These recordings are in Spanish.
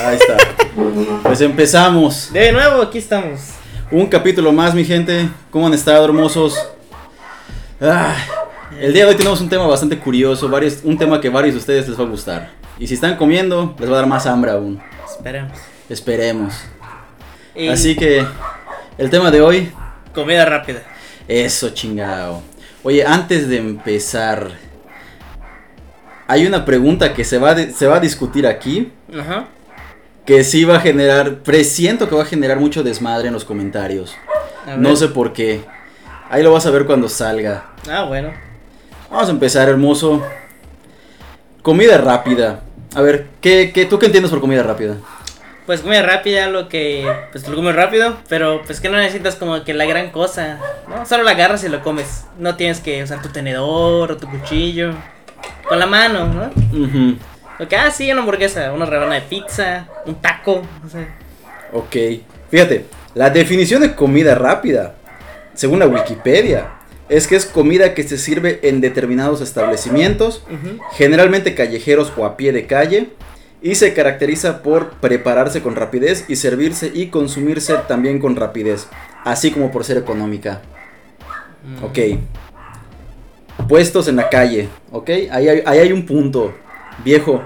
Ahí está. Pues empezamos. De nuevo, aquí estamos. Un capítulo más, mi gente. ¿Cómo han estado, hermosos? Ah, el día de hoy tenemos un tema bastante curioso, varios, un tema que varios de ustedes les va a gustar. Y si están comiendo, les va a dar más hambre aún. Esperemos. Esperemos. Y Así que el tema de hoy, Comida rápida. eso chingado. Oye, antes de empezar, hay una pregunta que se va, a de- se va a discutir aquí, Ajá. que sí va a generar, presiento que va a generar mucho desmadre en los comentarios. A No ver. sé por qué. Ahí lo vas a ver cuando salga. Ah, bueno. Vamos a empezar, hermoso. Comida rápida. A ver, ¿qué, qué, ¿tú qué entiendes por comida rápida? Pues comida rápida, lo que. Pues lo comes rápido, pero pues que no necesitas como que la gran cosa. ¿no? Solo la agarras y lo comes. No tienes que usar tu tenedor o tu cuchillo. Con la mano, ¿no? Ujú, Lo que, ah, sí, una hamburguesa, una rebana de pizza, un taco. O sea, Ok. Fíjate, la definición de comida rápida, según la Wikipedia, es que es comida que se sirve en determinados establecimientos, ujú. generalmente callejeros o a pie de calle, y se caracteriza por prepararse con rapidez y servirse y consumirse también con rapidez, así como por ser económica. Mm. Ok. Puestos en la calle, ¿ok? Ahí hay, ahí hay un punto, viejo.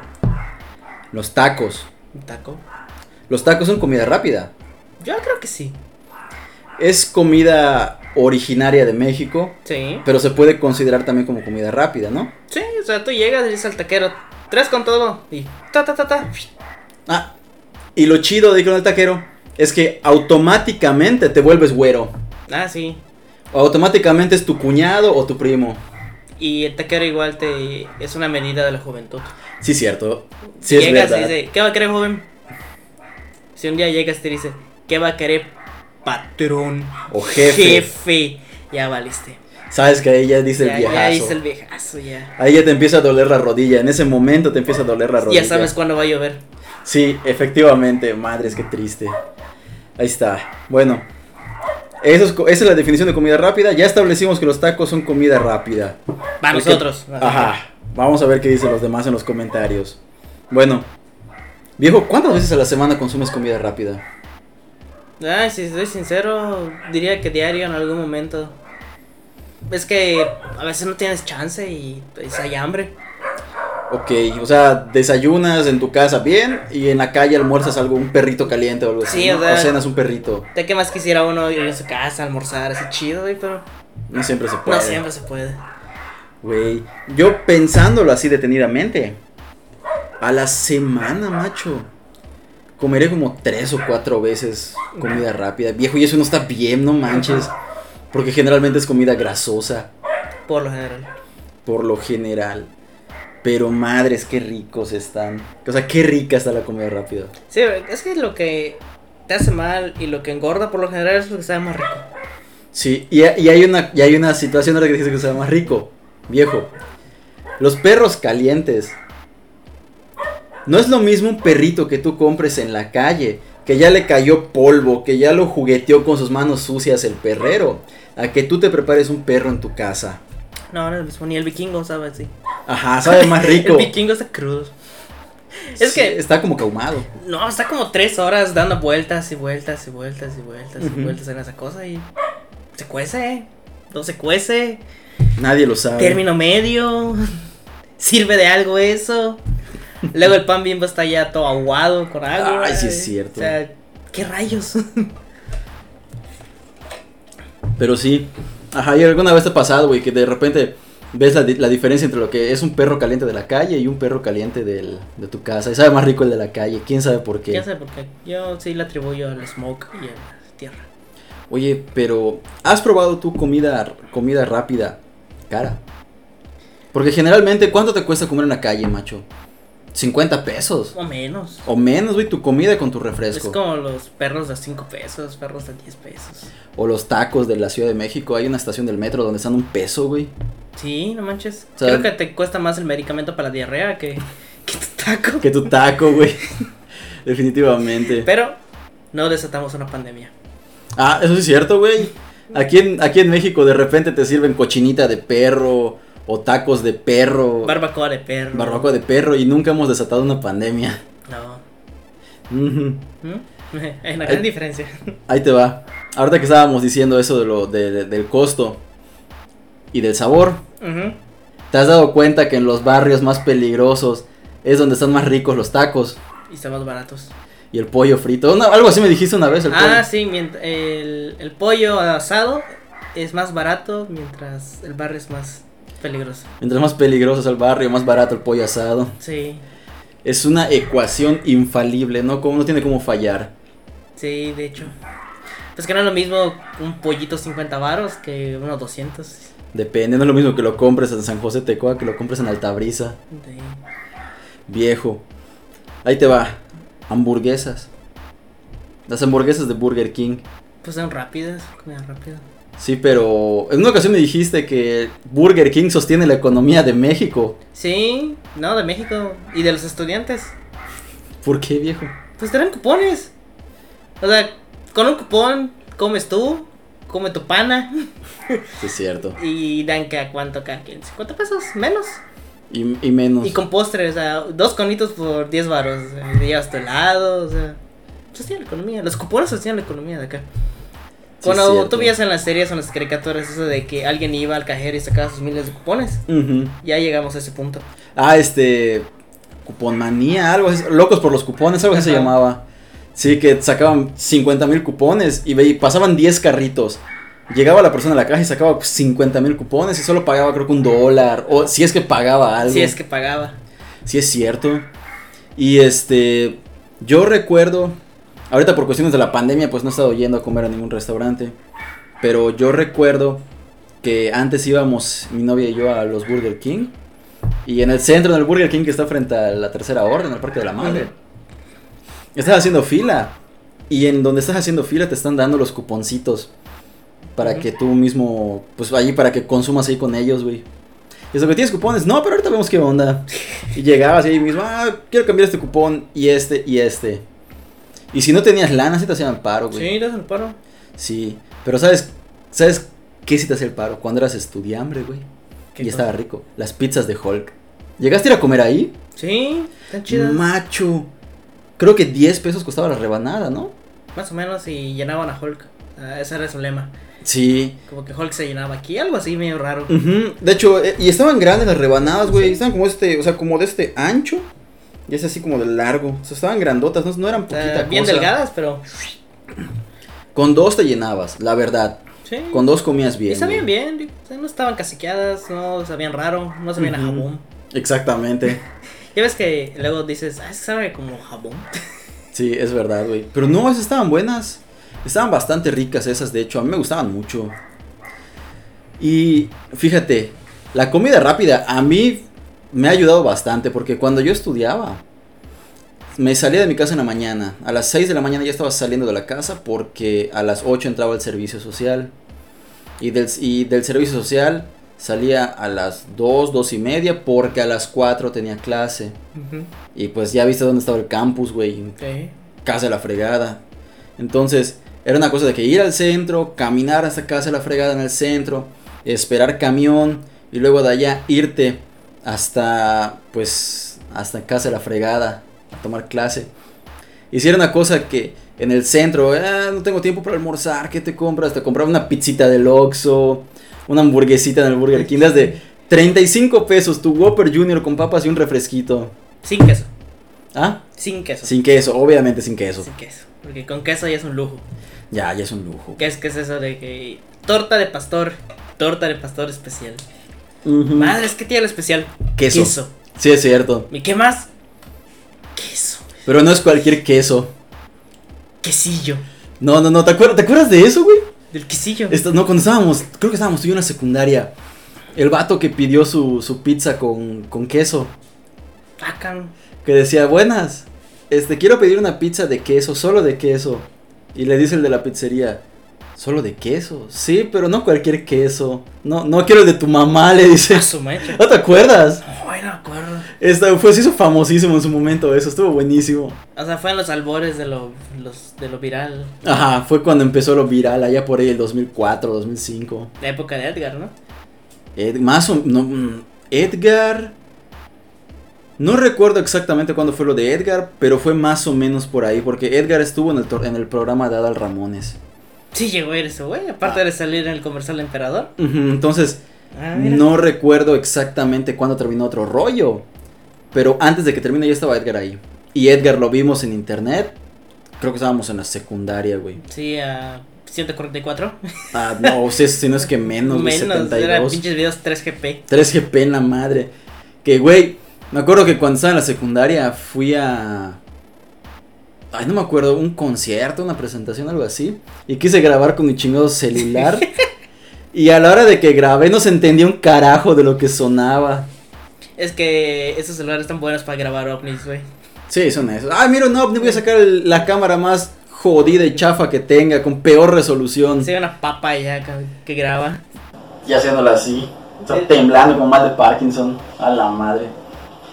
Los tacos. ¿Un taco? Los tacos son comida rápida. Yo creo que sí. Es comida originaria de México, Sí. pero se puede considerar también como comida rápida, ¿no? Sí, o sea, tú llegas y dices al taquero, tres con todo, y ta ta ta ta. Ah, y lo chido de ir con el taquero es que automáticamente te vuelves güero. Ah, sí. O automáticamente es tu cuñado o tu primo. Y el taquero igual te es una medida de la juventud. Sí, cierto. Sí, es llegas verdad. y dice, ¿qué va a querer, joven? Si un día llegas te dice, ¿qué va a querer patrón? O jefe. Jefe. Ya valiste. Sabes que ahí ya dice ya, el viejazo. ya dice el viejazo, ya. Ahí ya te empieza a doler la rodilla, en ese momento te empieza a doler la rodilla. Ya sabes cuándo va a llover. Sí, efectivamente, madres, qué triste. Ahí está. Bueno, eso es co- esa es la definición de comida rápida. Ya establecimos que los tacos son comida rápida. Va Porque- nosotros. Ajá. Vamos a ver qué dicen los demás en los comentarios. Bueno, viejo, ¿cuántas veces a la semana consumes comida rápida? Ay, Ah, si soy sincero, diría que diario en algún momento. Es que a veces no tienes chance y pues, hay hambre. Ok, o sea, desayunas en tu casa bien y en la calle almuerzas algo, un perrito caliente o algo así. Sí, o ¿no? sea- O cenas un perrito. ¿De qué más quisiera uno ir a su casa, almorzar, así chido, güey? Pero No siempre se puede. no siempre se puede. Güey, yo pensándolo así detenidamente, a la semana, macho, comeré como tres o cuatro veces comida rápida. Viejo, y eso no está bien, no manches. Porque generalmente es comida grasosa, Por lo general. por lo general. Pero madres, qué ricos están. O sea, qué rica está la comida rápida. Sí, es que lo que te hace mal y lo que engorda por lo general es lo que sabe más rico. Sí, y, y hay, una, y hay una situación ahora que dice que se más rico, viejo. Los perros calientes. No es lo mismo un perrito que tú compres en la calle, que ya le cayó polvo, que ya lo jugueteó con sus manos sucias el perrero, a que tú te prepares un perro en tu casa. No, no es lo mismo, ni el vikingo sabe así. Ajá, sabe más rico. El vikingo está crudo. Es Sí, que, Está como caumado. no, está como tres horas dando vueltas y vueltas y vueltas y vueltas y Ujú. vueltas en esa cosa y se cuece, no se cuece, Nadie lo sabe. término medio, sirve de algo eso. Luego el pan bimbo está ya todo aguado con agua. Ay, sí es cierto. O sea, ¿qué rayos? Pero sí. Ajá, ¿y alguna vez te ha pasado, güey, que de repente ves la, di- la diferencia entre lo que es un perro caliente de la calle y un perro caliente del- de tu casa? Y sabe más rico el de la calle, quién sabe por qué. Ya sé, porque yo sí le atribuyo al smoke y a la tierra. Oye, pero ¿has probado tu comida, comida rápida cara? Porque generalmente, ¿cuánto te cuesta comer en la calle, macho? 50 pesos. O menos. O menos, güey, tu comida con tu refresco. Es como los perros de 5 pesos, perros de 10 pesos. O los tacos de la Ciudad de México. Hay una estación del metro donde están un peso, güey. Sí, no manches. O sea, Creo que te cuesta más el medicamento para la diarrea que, que tu taco. Que tu taco, güey. Definitivamente. Pero no desatamos una pandemia. Ah, eso sí es cierto, güey. Aquí en, aquí en México de repente te sirven cochinita de perro o tacos de perro, Barbacoa de perro. barbacoa de perro y nunca hemos desatado una pandemia. No. Ujú. ¿Mm? Hay una gran Ay. diferencia. Ahí te va. Ahorita que estábamos diciendo eso de lo, de- de- del costo y del sabor, Ujú. ¿te has dado cuenta que en los barrios más peligrosos es donde están más ricos los tacos Y están más baratos. y el pollo frito? No, algo así me dijiste una vez. El ah, pollo. sí, mient- el, el pollo asado es más barato mientras el barrio es más peligroso. Mientras más peligroso es el barrio, más barato el pollo asado. Sí, Es una ecuación infalible, ¿no? Como, no tiene cómo fallar. sí, de hecho. Pues que no es lo mismo un pollito 50 varos que unos 200. Depende, no es lo mismo que lo compres en San José Tecoa que lo compres en Altabrisa. De- Viejo. Ahí te va. Hamburguesas. Las hamburguesas de Burger King. Pues son rápidas, comida rápida. Sí, pero en una ocasión me dijiste que Burger King sostiene la economía de México. Sí, no, de México. Y de los estudiantes. ¿Por qué, viejo? Pues te dan cupones. O sea, con un cupón comes tú, come tu pana. Sí, es cierto. Y dan que a cuánto cada quien. 50 pesos, menos. Y, y menos. Y con postres, o sea, dos conitos por 10 varos. o sea, y te llevas tu helado, o sea. Sostiene la economía. Los cupones sostienen la economía de acá. Sí, es Cuando cierto. tú veías en las series o en las caricaturas eso de que alguien iba al cajero y sacaba sus miles de cupones, Ujú. ya llegamos a ese punto. Ah, este. Cuponmanía, algo así. Locos por los cupones, algo así se Ajá. llamaba. Sí, que sacaban 50 mil cupones y, ve- y pasaban 10 carritos. Llegaba la persona a la caja y sacaba 50 mil cupones y solo pagaba, creo que un dólar. O si es que pagaba algo. Si es que pagaba. Sí es cierto. Y este, yo recuerdo, ahorita por cuestiones de la pandemia, pues no he estado yendo a comer a ningún restaurante. Pero yo recuerdo que antes íbamos, mi novia y yo, a los Burger King. Y en el centro del Burger King que está frente a la tercera orden, al Parque de la Madre. Ujú. Estás haciendo fila. Y en donde estás haciendo fila te están dando los cuponcitos. Para Ujú. que tú mismo, pues allí para que consumas ahí con ellos, güey. Y eso que tienes cupones, no, pero ahorita vemos qué onda. Y llegabas ahí mismo, ah, quiero cambiar este cupón y este y este. Y si no tenías lana, sí te hacían paro, güey. Sí, te hacen el paro. Sí, pero ¿sabes, ¿sabes qué sí te hacía el paro? Cuando eras estudiambre, güey. Y estaba rico. Las pizzas de Hulk. ¿Llegaste a ir a comer ahí? Sí, están chidas. Macho. Creo que 10 pesos costaba la rebanada, ¿no? Más o menos, y llenaban a Hulk. Ah, ese era su lema. Sí. Como que Hulk se llenaba aquí, algo así medio raro. Ujú, De hecho, eh, y estaban grandes las rebanadas, güey. Sí. Estaban como este, o sea, como de este ancho. Y es así como de largo. O sea, estaban grandotas, no, no eran O sea, poquita Eh, bien cosa. delgadas, pero. Con dos te llenabas, la verdad. Sí. Con dos comías bien. y sabían güey. bien, digo, o sea, no estaban caciqueadas, no sabían raro, no sabían a Ujú. jabón. Exactamente. Ya ves que luego dices, ah, es que sabe como jabón. Sí, es verdad, güey. Pero no, esas estaban buenas. Estaban bastante ricas esas, de hecho. A mí me gustaban mucho. Y fíjate, la comida rápida a mí me ha ayudado bastante porque cuando yo estudiaba, me salía de mi casa en la mañana. A las 6 de la mañana ya estaba saliendo de la casa porque a las 8 entraba el servicio social. Y del, y del servicio social salía a las 2, 2 y media porque a las 4 tenía clase. Y pues ya viste dónde estaba el campus, güey Sí. casa de la fregada. Entonces, era una cosa de que ir al centro, caminar hasta casa de la fregada en el centro, esperar camión y luego de allá irte hasta, pues, hasta casa de la fregada a tomar clase. Hiciera una cosa que en el centro, "Ah, no tengo tiempo para almorzar, ¿qué te compras? Te compraba una pizzita del Oxxo, una hamburguesita en el Burger King, las de 35 pesos, tu Whopper Junior con papas y un refresquito. Sin queso. ¿Ah? Sin queso. Sin queso, obviamente sin queso. Sin queso. Porque con queso ya es un lujo. Ya, ya es un lujo. ¿Qué es, qué es eso de que. Torta de pastor. Torta de pastor especial. Ujú. Madre, es que tiene lo especial. Mm. Queso. Sí, es cierto. ¿Y qué más? Queso. Pero no es cualquier queso. Quesillo. No, no, no. ¿Te acuerdas, ¿te acuerdas de eso, güey? Del quesillo. Esta- no, cuando estábamos, creo que estábamos tú y yo en la secundaria. El vato que pidió su, su pizza con, con queso. Pacan. Que decía, buenas. Este, quiero pedir una pizza de queso, solo de queso. Y le dice el de la pizzería, solo de queso. Sí, pero no cualquier queso. No, no quiero el de tu mamá, le dice. A su maestro. ¿No te acuerdas? Ay, no me acuerdo. Esta, fue, se hizo famosísimo en su momento eso, estuvo buenísimo. O sea, fue en los albores de lo, los, de lo viral. Ajá, fue cuando empezó lo viral, allá por ahí el 2004, 2005. La época de Edgar, ¿no? Ed- más o no, mm, Edgar. No recuerdo exactamente cuándo fue lo de Edgar, pero fue más o menos por ahí, porque Edgar estuvo en el, tor- en el programa de Adal Ramones. Sí llegó a ir ese güey, aparte Ah. de salir en el comercial del emperador. Ujú, Entonces, Ah, mira. no recuerdo exactamente cuándo terminó otro rollo, pero antes de que termine ya estaba Edgar ahí. Y Edgar lo vimos en internet, creo que estábamos en la secundaria, güey. Sí, a 144. Ah, no, si, si no es que menos, güey, Menos, era 72. pinches videos 3GP. 3GP en la madre. Que, güey, me acuerdo que cuando estaba en la secundaria fui a... Ay, no me acuerdo, un concierto, una presentación, algo así. Y quise grabar con mi chingado celular. y a la hora de que grabé no se entendía un carajo de lo que sonaba. Es que esos celulares están buenos para grabar ovnis, güey. Sí, son eso. Ay, mira, no, voy a sacar el- la cámara más jodida y chafa que tenga, con peor resolución. Sí, una papa ya que, que graba. Y haciéndola así, está temblando como mal de Parkinson. A la madre.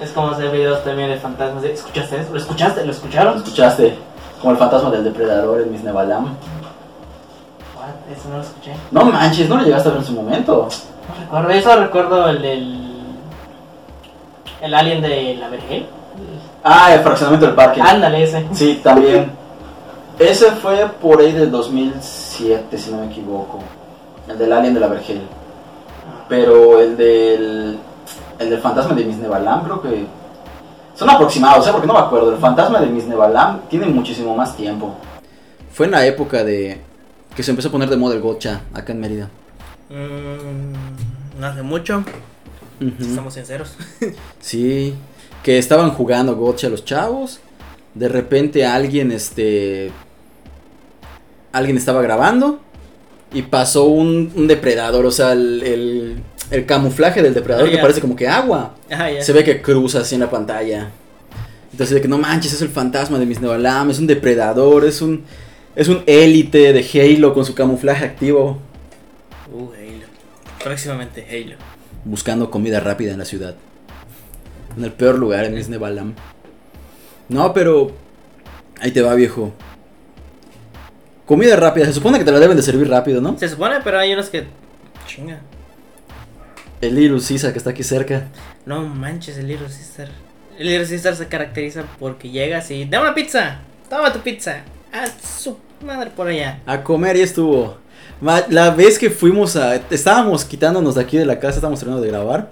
Es como hacer videos también de fantasmas. ¿Escuchaste eso? ¿Lo escuchaste? ¿Lo escucharon? escuchaste? Como el fantasma del depredador en Miss Nevalam. Eso no lo escuché. No manches, no lo llegaste a ver en su momento. No recuerdo. Eso recuerdo el del. El alien de la vergel. Ah, el fraccionamiento del parque. Ándale ese. Sí, también. Ese fue por ahí del 2007, si no me equivoco. El del Alien de la Vergel. Pero el del. El del fantasma de Miss Nevalam, creo que. Son aproximados, ¿eh? Porque no me acuerdo. El fantasma de Miss Nevalam tiene muchísimo más tiempo. Fue en la época de. Que se empezó a poner de moda el gocha acá en Mérida. Mm, no hace mucho, si estamos sinceros. Sí, que estaban jugando gotcha los chavos. De repente alguien, este. Alguien estaba grabando. Y pasó un, un depredador, o sea, el, el- el camuflaje del depredador Ah, que ya. parece como que agua. Ah, ya. Se ve que cruza así en la pantalla. Entonces, de que no manches, es el fantasma de Miss Nevalam, es un depredador, es un. Es un élite de Halo con su camuflaje activo. Uh, Halo. Próximamente Halo. buscando comida rápida en la ciudad. En el peor lugar, en Isnebalam. No, pero. Ahí te va, viejo. Comida rápida, se supone que te la deben de servir rápido, ¿no? Se supone, pero hay unos que. Chinga. El Little Caesar que está aquí cerca. No manches, el Little Sister. El Little Sister se caracteriza porque llegas y. ¡Dame una pizza! ¡Toma tu pizza! ¡A su madre por allá! A comer y estuvo. Ma- La vez que fuimos a. Estábamos quitándonos de aquí de la casa, estábamos terminando de grabar.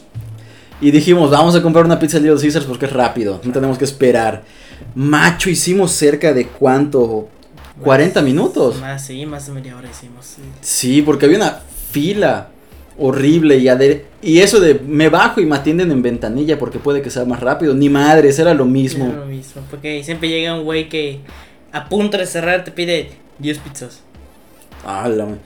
Y dijimos, vamos a comprar una pizza de Little Caesars porque es rápido, no tenemos que esperar. Macho, hicimos cerca de cuánto? 40 minutos. Más, sí, más de media hora hicimos. sí. Sí, porque había una fila horrible y, adere- y eso de me bajo y me atienden en ventanilla porque puede que sea más rápido. Ni madres, era lo mismo. Era lo mismo, porque siempre llega un güey que a punto de cerrar te pide 10 pizzas. Ah, la ma-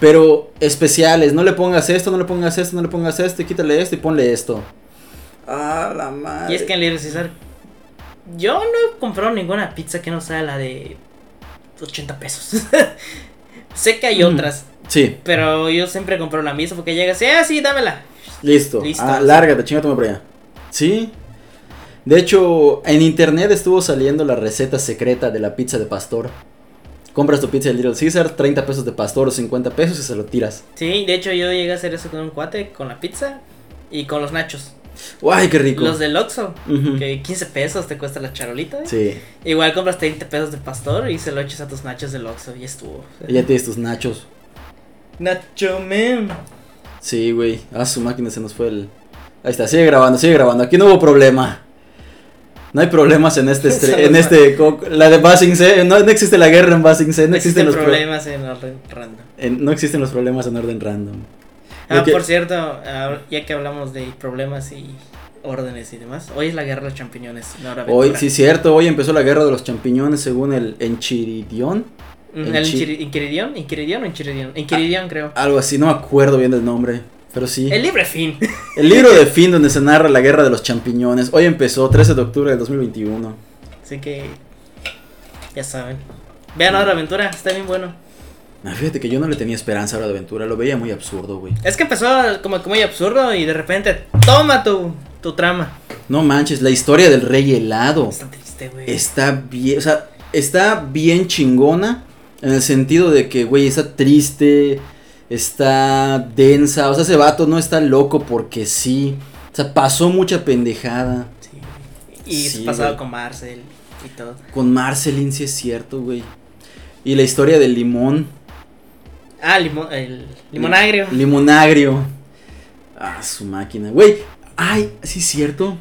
Pero especiales, no le pongas esto, no le pongas esto, no le pongas esto, y quítale esto y ponle esto. Ah, la madre. Y es que en Little Caesar. Yo no he comprado ninguna pizza que no sea la de 80 pesos. sé que hay Mm. otras, Sí, pero yo siempre compro la misma porque llegas y, ah, sí, dámela. listo. Listo. Ah, lárgate, chingate por allá. Sí. De hecho, en internet estuvo saliendo la receta secreta de la pizza de pastor. Compras tu pizza de Little Caesar, 30 pesos de pastor o 50 pesos y se lo tiras. Sí, de hecho yo llegué a hacer eso con un cuate, con la pizza y con los nachos. ¡Ay, qué rico! Los del Oxxo, Ujú. que 15 pesos te cuesta la charolita. ¿eh? Sí, Igual compras 30 pesos de pastor y se lo echas a tus nachos del Oxxo y estuvo. y ya tienes tus nachos. Nacho man. Sí, güey. Ah, su máquina se nos fue el. Ahí está, sigue grabando, sigue grabando. Aquí no hubo problema. No hay problemas en este. estre- en este co- la de Basing C. No, no existe la guerra en Basing C. No, No existen existen los pro- problemas en orden random. en- no existen los problemas en orden random. Ah, Ok. por cierto, ahora- ya que hablamos de problemas y órdenes y demás, hoy es la guerra de los champiñones. No, ahora Hoy, aventura. sí, cierto. Hoy empezó la guerra de los champiñones según el Enchiridión. Mm, en ¿El Chi- Inquiri- Inquiridión? ¿Inquiridión o Inquiridión? Inquiridión, creo. Algo así, no me acuerdo bien del nombre. Pero sí. El libre fin. El libro de Finn donde se narra la guerra de los champiñones. Hoy empezó 13 de octubre del 2021. Así que. Ya saben. Vean ahora aventura, está bien bueno. Ah, fíjate que yo no le tenía esperanza a Hora de Aventura, lo veía muy absurdo, güey. Es que empezó como que muy absurdo y de repente. ¡Toma tu, tu trama! No manches, la historia del rey helado Está triste, güey. está bien, o sea, está bien chingona en el sentido de que, güey, está triste, está densa, o sea, ese vato no está loco porque sí. O sea, pasó mucha pendejada. Sí. Y es Sí, pasado güey. con Marcel y todo. Con Marcelin, sí es cierto, güey. Y la historia del limón. Ah, limón, el limón agrio. Limonagrio. Ah, su máquina. Güey, ay, sí es cierto.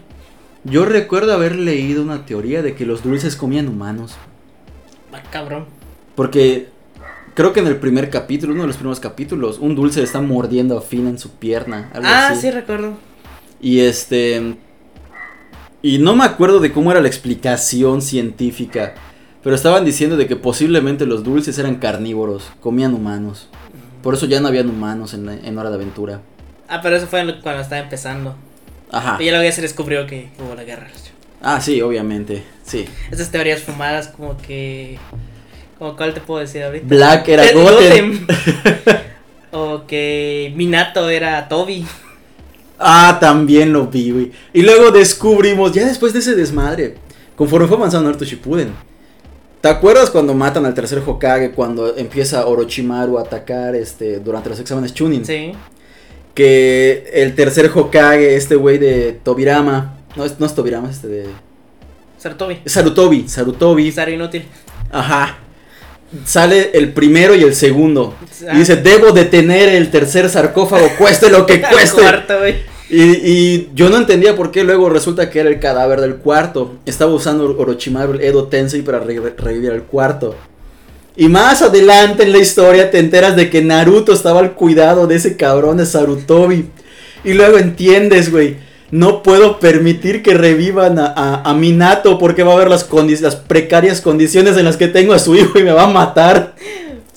Yo recuerdo haber leído una teoría de que los dulces comían humanos. Ah, cabrón. Porque creo que en el primer capítulo, uno de los primeros capítulos, un dulce le está mordiendo a Finn en su pierna. algo Ah, así. sí, recuerdo. Y este. Y no me acuerdo de cómo era la explicación científica. Pero estaban diciendo de que posiblemente los dulces eran carnívoros, comían humanos. Por eso ya no habían humanos en, la- en Hora de Aventura. Ah, pero eso fue lo- cuando estaba empezando. Ajá. Y ya luego ya se descubrió que hubo la guerra. Ah, sí, obviamente. Sí. Esas teorías fumadas como que... Como cuál te puedo decir ahorita. Black era Eh, Goten. Goten. o que Minato era Toby. Ah, también lo vi, güey. Y luego descubrimos, ya después de ese desmadre, conforme fue avanzando Naruto Shippuden. ¿Te acuerdas cuando matan al tercer Hokage, cuando empieza Orochimaru a atacar este, durante los exámenes Chunin? Sí. que el tercer Hokage, este güey de Tobirama, no es, no es Tobirama, es este de Ser Toby. Sarutobi, Sarutobi, Ser inútil. ajá. Sale el primero y el segundo. Ah. Y dice, debo detener el tercer sarcófago, cueste lo que Al cueste. cuarto, güey. Y, y yo no entendía por qué luego resulta que era el cadáver del cuarto. Estaba usando Oro- Orochimaru el Edo Tensei para re- revivir al cuarto. Y más adelante en la historia te enteras de que Naruto estaba al cuidado de ese cabrón de Sarutobi. Y luego entiendes, güey. No puedo permitir que revivan a, a- a Minato porque va a ver las, condi- las precarias condiciones en las que tengo a su hijo y me va a matar.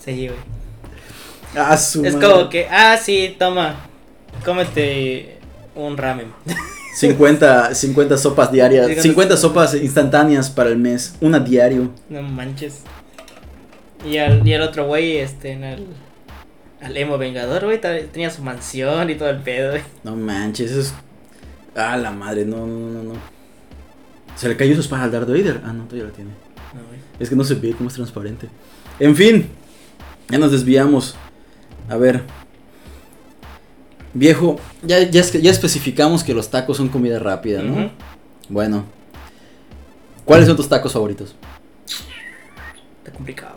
Sí, güey. A su Es madre. como que, ah, sí, toma, cómete un ramen. 50, 50 sopas diarias, Díganos. 50 sopas instantáneas para el mes, una diario. No manches. Y al, y al otro güey, este, en el, al emo vengador, güey, tal- tenía su mansión y todo el pedo, güey. No manches, eso es. Ah, la madre, no, no, no, no. Se le cayó su espada al Darth Vader. Ah, no, todavía la tiene. No, güey. Es que no se ve cómo es transparente. En fin, ya nos desviamos. A ver. Viejo, ya, ya, es- ya especificamos que los tacos son comida rápida, ¿no? Ujú. Bueno. ¿Cuáles son tus tacos favoritos? Está complicado,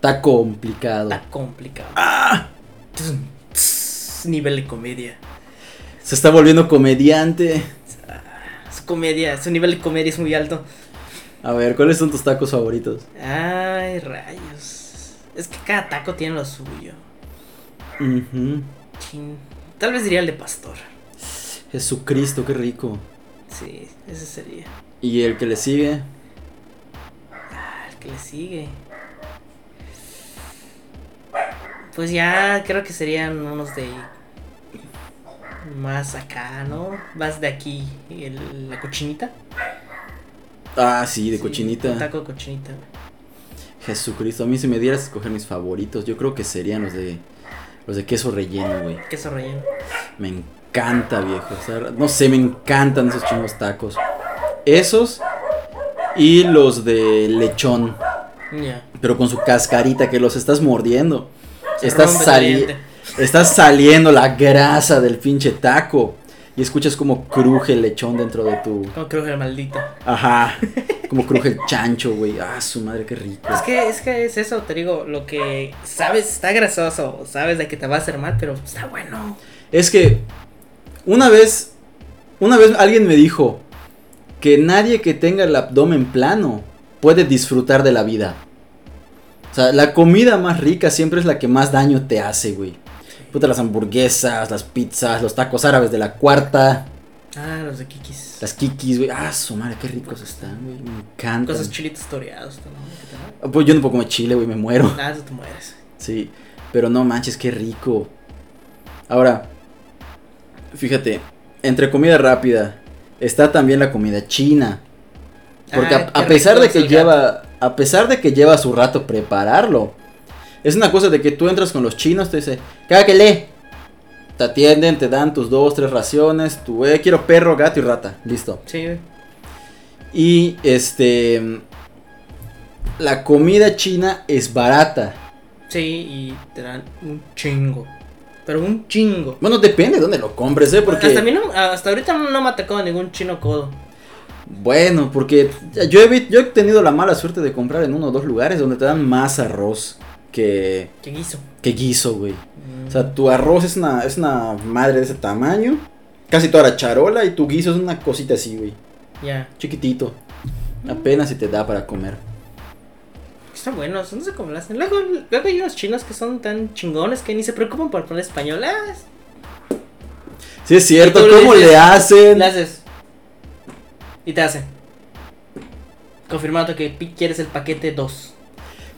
Taco complicado. está complicado. Ah. Tum, tss, nivel de comedia. Se está volviendo comediante. Su comedia, su nivel de comedia es muy alto. A ver, ¿cuáles son tus tacos favoritos? Ay, rayos. Es que cada taco tiene lo suyo. Ujú. Chin. Tal vez diría el de pastor. Jesucristo, qué rico. Sí, ese sería. Y el que le sigue, Al que le sigue. Pues ya creo que serían unos de más acá, ¿no? Más de aquí. el- la cochinita. ah, sí, de Sí, un cochinita. taco de cochinita. güey. Jesucristo, a mí si me dieras a escoger mis favoritos, yo creo que serían los de los de queso relleno, güey. Queso relleno. Me encanta, viejo. o sea, no sé, me encantan esos chingos tacos. Esos y los de lechón, Ya. pero con su cascarita que los estás mordiendo. Se Estás rompe saliendo. caliente. Está saliendo la grasa del pinche taco. Y escuchas como cruje el lechón dentro de tu. Como creo que el maldito. Ajá. Como cruje el chancho, güey. Ah, su madre, qué rico. Es que, es que es eso, te digo, lo que sabes está grasoso, sabes de que te va a hacer mal, pero está bueno. Es que. Una vez. Una vez alguien me dijo. Que nadie que tenga el abdomen plano. Puede disfrutar de la vida. O sea, la comida más rica siempre es la que más daño te hace, güey. Puta, las hamburguesas, las pizzas, los tacos árabes de la cuarta. Ah, los de Kikis. Las kikis, güey. Ah, su madre, qué ricos están, güey. Me encantan. Cosas chilitos toreados, ¿no? ¿Qué te da? Ah, Pues yo no puedo comer chile, güey, me muero. Ah, eso te mueres. Sí. Pero no manches, qué rico. Ahora, fíjate, entre comida rápida está también la comida china. Porque Ah, a, a qué pesar rico de es que el gato. lleva. A pesar de que lleva su rato prepararlo. Es una cosa de que tú entras con los chinos, te dice, cáquele. Te atienden, te dan tus dos, tres raciones, tu eh, quiero perro, gato y rata. Listo. Sí, güey. Y este. La comida china es barata. Sí, y te dan un chingo. Pero un chingo. Bueno, depende de dónde lo compres, ¿eh? Porque. Hasta, a mí no- hasta ahorita no me ha atacado ningún chino codo. Bueno, porque yo he, vi- yo he tenido la mala suerte de comprar en uno o dos lugares donde te dan más arroz que, ¿Qué guiso? que guiso, güey. Mm. O sea, tu arroz es una, es una madre de ese tamaño, casi toda la charola, y tu guiso es una cosita así, güey. Ya. Chiquitito. Apenas si te da para comer. Están buenos, no sé cómo lo hacen. Luego, luego hay unos chinos que son tan chingones que ni se preocupan por poner españolas. Sí, es cierto, tú le ¿cómo dices- le hacen? Le haces. Y te hacen. Confirmando que pi- quieres el paquete 2.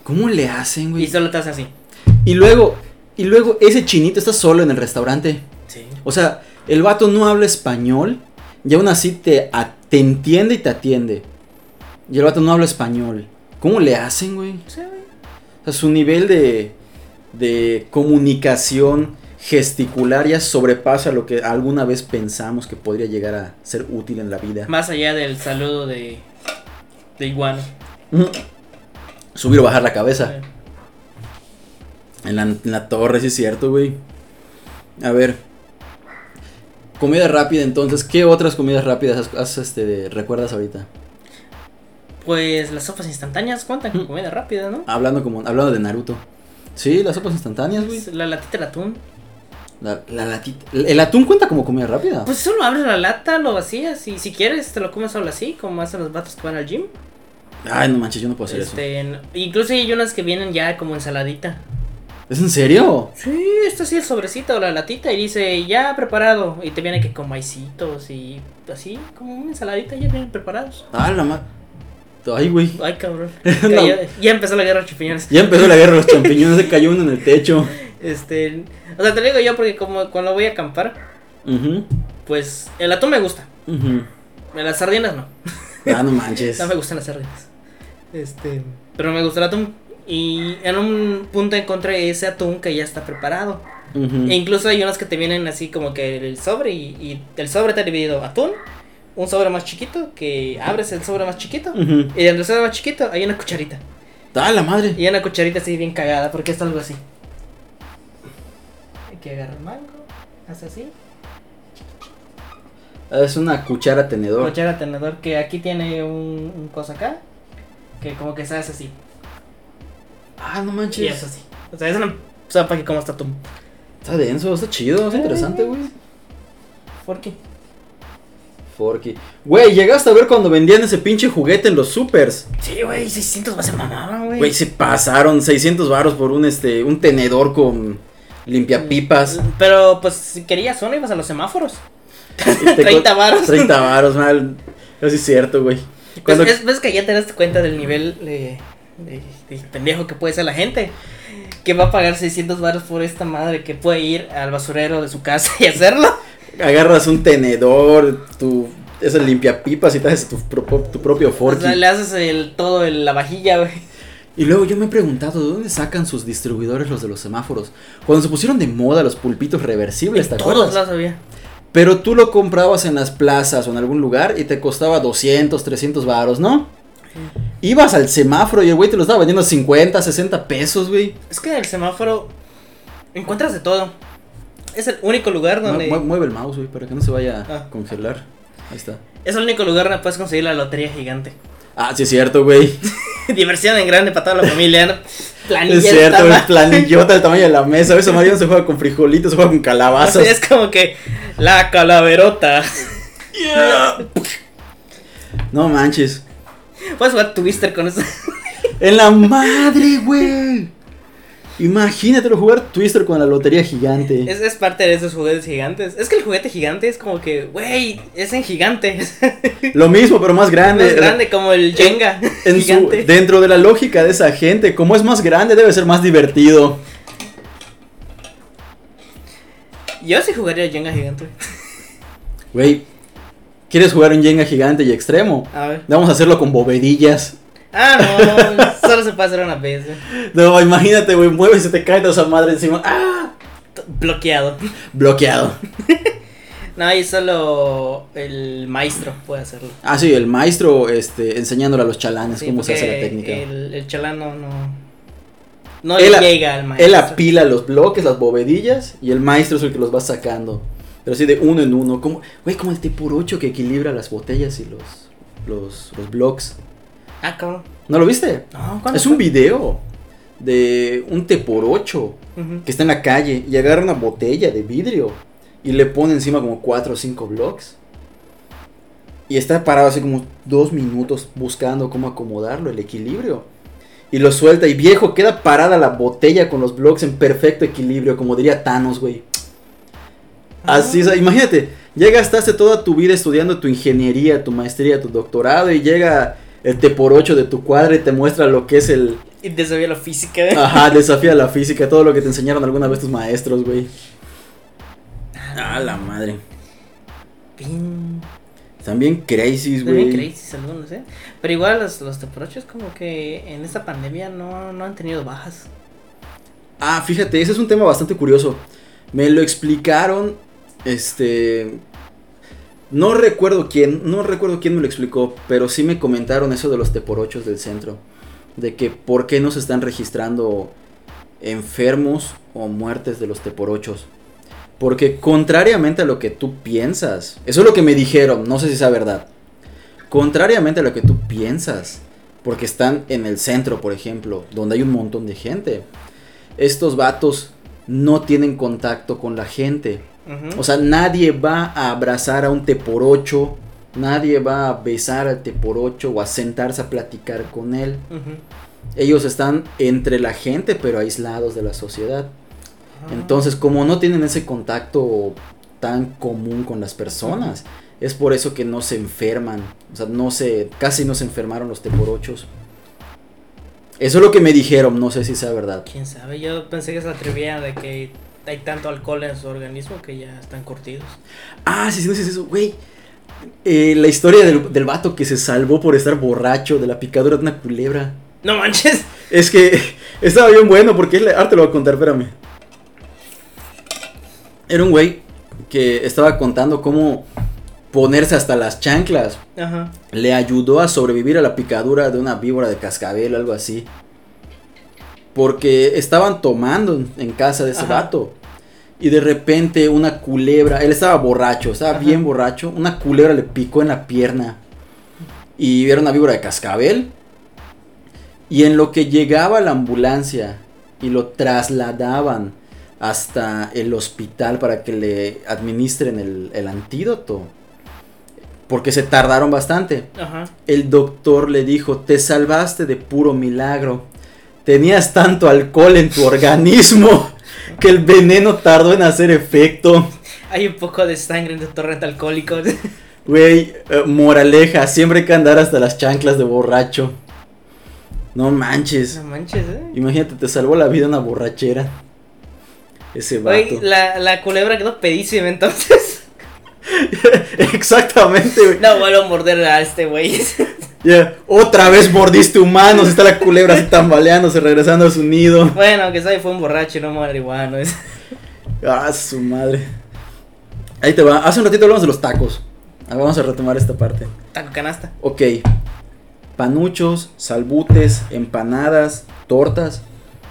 ¿Cómo le hacen, Y güey? solo te hacen así. Y luego, y luego ese chinito está solo en el restaurante. Sí. O sea, el vato no habla español y aún así te, a- te entiende y te atiende. Y el vato no habla español. ¿Cómo le hacen, güey? O sea, su nivel de, de comunicación gesticular ya sobrepasa lo que alguna vez pensamos que podría llegar a ser útil en la vida. Más allá del saludo de. de iguana. Mm. Subir o bajar la cabeza. En la, en la torre, sí es cierto, güey. A ver. Comida rápida, entonces. ¿Qué otras comidas rápidas has- has, este, recuerdas ahorita? Pues las sopas instantáneas cuentan con comida rápida, ¿no? Hablando, como, hablando de Naruto. Sí, las sopas instantáneas, güey. La latita de atún. La, la latita- ¿El atún cuenta como comida rápida? Pues solo abres la lata, lo vacías y si quieres te lo comes solo así, como hacen los vatos que van al gym. Ay, no manches, yo no puedo hacer Pues, eso. Este, n- incluso hay unas que vienen ya como ensaladita. ¿Es en serio? Sí, esto sí el sobrecito, la latita y dice ya preparado y te viene que con maicitos y así como una ensaladita ya vienen preparados. Ah, la ma... Ay, güey. Ay cabrón. No. Cayó- Ya empezó la guerra de champiñones. Ya empezó la guerra de los champiñones, se cayó uno en el techo. Este, o sea, te lo digo yo porque como cuando voy a acampar, Ujú, pues el atún me gusta, ujú. las sardinas no. Ah, no manches. No me gustan las sardinas. Este. Pero me gusta el atún. Y en un punto encontré ese atún que ya está preparado. Ujú. E incluso hay unos que te vienen así como que el sobre y, y el sobre está dividido atún, un sobre más chiquito, que abres el sobre más chiquito. Ujú. Y dentro del sobre más chiquito hay una cucharita. Ah, la madre. Y una cucharita así bien cagada, porque es algo así. Hay que agarrar el mango, hace así. Es una cuchara tenedor. Cuchara tenedor que aquí tiene un, un cosa acá, que como que se hace así. Ah, no Y es manches. así. O sea, es una sopa que como hasta tú. Está denso, está chido, está interesante, güey. ¿Por qué? Forky. Güey, llegaste a ver cuando vendían ese pinche juguete en los supers. Sí, güey, 600 va a ser mamada, Güey, se pasaron 600 varos por un este un tenedor con limpiapipas. Pero pues si querías uno ibas a los semáforos. Y te co- 30 varos. 30 Este, varos, mal. Eso sí es cierto, güey. Cuando- Pues, es, ves que ya te das cuenta del nivel de, de- de pendejo que puede ser la gente. Que va a pagar 600 baros por esta madre que puede ir al basurero de su casa y hacerlo. agarras un tenedor, tu ese limpiapipas y te haces tu, propo- tu propio O Forky. sea, le haces el, todo el, la vajilla, güey. Y luego yo me he preguntado de dónde sacan sus distribuidores los de los semáforos. Cuando se pusieron de moda los pulpitos reversibles, ¿te acuerdas? Todos lados había. Pero tú lo comprabas en las plazas o en algún lugar y te costaba 200, 300 varos, ¿no? Ibas al semáforo y el güey te los estaba vendiendo a 50, 60 pesos, güey. Es que en el semáforo encuentras de todo. Es el único lugar Mu- donde... mu- Mueve el mouse, güey, para que no se vaya Ah. a congelar. Ahí está. Es el único lugar donde puedes conseguir la lotería gigante. Ah, sí es cierto, güey. Diversión en grande para toda la familia. ¿no? Planilla Es cierto, güey. Planillota del tamaño de la mesa. Eso Mario no se juega con frijolitos, se juega con calabazas. es como que la calaverota. No manches. Puedes jugar Twister Pues, con eso. En la madre, güey. Imagínatelo jugar Twister con la lotería gigante. Es, es parte de esos juguetes gigantes. Es que el juguete gigante es como que, güey, es en gigante. Es Lo mismo, pero más grande. más grande como el Jenga. En su- gigante. dentro de la lógica de esa gente, como es más grande, debe ser más divertido. Yo sí jugaría el Jenga gigante. Güey, ¿quieres jugar un Jenga gigante y extremo? A ver. Vamos a hacerlo con bovedillas. Ah, no. solo se puede hacer una vez. ¿eh? No, imagínate, güey, mueve y se te cae toda esa madre encima. ¡Ah! T- Bloqueado. Bloqueado. No, y solo el maestro puede hacerlo. Ah, sí, el maestro este, enseñándole a los chalanes Sí, cómo se hace la porque técnica. El, el chalano no. No Él le a- llega al maestro. Él apila los bloques, las bovedillas, y el maestro es el que los va sacando. Pero así de uno en uno, como, güey, como el tipo 8 que equilibra las botellas y los los, los blogs. Ah, cabrón. ¿No lo viste? No, ¿cuándo? Es un video de un té por ocho Ujú. que está en la calle y agarra una botella de vidrio y le pone encima como cuatro o cinco blocks. Y está parado así como dos minutos buscando cómo acomodarlo, el equilibrio. Y lo suelta y viejo, queda parada la botella con los blocks en perfecto equilibrio, como diría Thanos, güey. Así, o sea, imagínate, ya gastaste toda tu vida estudiando tu ingeniería, tu maestría, tu doctorado y llega el te por ocho de tu cuadra y te muestra lo que es el... Y te sabía la física. ¿eh? Ajá, desafía la física, todo lo que te enseñaron alguna vez tus maestros, güey. Ah, la madre. Pin. También crazy, También güey. crazy algunos, ¿eh? Pero igual los, los teporochos como que en esta pandemia no, no han tenido bajas. Ah, fíjate, ese es un tema bastante curioso. Me lo explicaron, este... No recuerdo quién, no recuerdo quién me lo explicó, pero sí me comentaron eso de los teporochos del centro. De que por qué no se están registrando enfermos o muertes de los teporochos. Porque contrariamente a lo que tú piensas, eso es lo que me dijeron, no sé si sea verdad. Contrariamente a lo que tú piensas, porque están en el centro, por ejemplo, donde hay un montón de gente estos vatos no tienen contacto con la gente. Ujú. O sea, nadie va a abrazar a un te por ocho, nadie va a besar al te por ocho o a sentarse a platicar con él. Ujú. Ellos están entre la gente, pero aislados de la sociedad. Ah. Entonces, como no tienen ese contacto tan común con las personas, es por eso que no se enferman. O sea, no se, casi no se enfermaron los te por ochos. Eso es lo que me dijeron, no sé si sea verdad. Quién sabe, yo pensé que se atrevía de que hay tanto alcohol en su organismo que ya están curtidos. Ah, sí, sí, no sí, sí, eso, güey. Eh, la historia del, del vato que se salvó por estar borracho de la picadura de una culebra. No manches. Es que estaba bien bueno porque él, ahora te lo voy a contar, espérame. Era un güey que estaba contando cómo ponerse hasta las chanclas. Ajá. Le ayudó a sobrevivir a la picadura de una víbora de cascabel o algo así. Porque estaban tomando en- en casa de ese Ajá. vato. Y de repente una culebra, él estaba borracho, estaba Ajá. bien borracho, una culebra le picó en la pierna. Y era una víbora de cascabel. Y en lo que llegaba la ambulancia y lo trasladaban hasta el hospital para que le administren el, el antídoto. Porque se tardaron bastante. Ajá. El doctor le dijo, te salvaste de puro milagro. Tenías tanto alcohol en tu organismo que el veneno tardó en hacer efecto. Hay un poco de sangre en tu torrente alcohólico. Güey, eh, moraleja, siempre hay que andar hasta las chanclas de borracho. No manches. no manches, eh. Imagínate, te salvó la vida una borrachera. Ese vato. Güey, la, la culebra quedó pedísima entonces. Exactamente, güey. No vuelvo a morder a este güey. Ya, Otra vez mordiste humanos. Está la culebra así tambaleándose, regresando a su nido. bueno, que sabe, fue un borracho y no marihuano. es- Ah, su madre. Ahí te va. Hace un ratito hablamos de los tacos. Ah, Vamos a retomar esta parte. Taco canasta. Ok. Panuchos, salbutes, empanadas, tortas.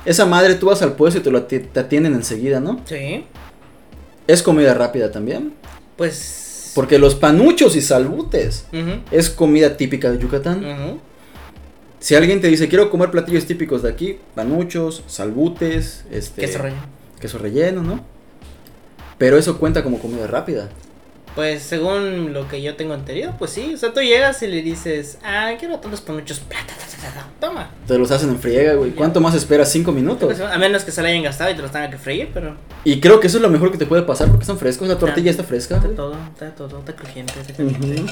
Esa madre tú vas al puesto y te lo ati- te atienden enseguida, ¿no? Sí. Es comida rápida también. Pues. Porque los panuchos y salbutes Ujú, es comida típica de Yucatán. ujú. Si alguien te dice, quiero comer platillos típicos de aquí, panuchos, salbutes, este... Queso relleno. queso relleno, ¿no? Pero eso cuenta como comida rápida. Pues según lo que yo tengo entendido, pues sí. O sea, tú llegas y le dices, ah, quiero tantos panuchos. Pla, ta, ta, ta, ta, ta. Toma. Te los hacen en friega, güey. Ya. ¿Cuánto más esperas? ¿Cinco minutos? Pues, a menos que se la hayan gastado y te los tengan que freír, pero Y creo que eso es lo mejor que te puede pasar porque están frescos. La tortilla está fresca. está güey. todo, está todo, está crujiente. Está crujiente. Ujú.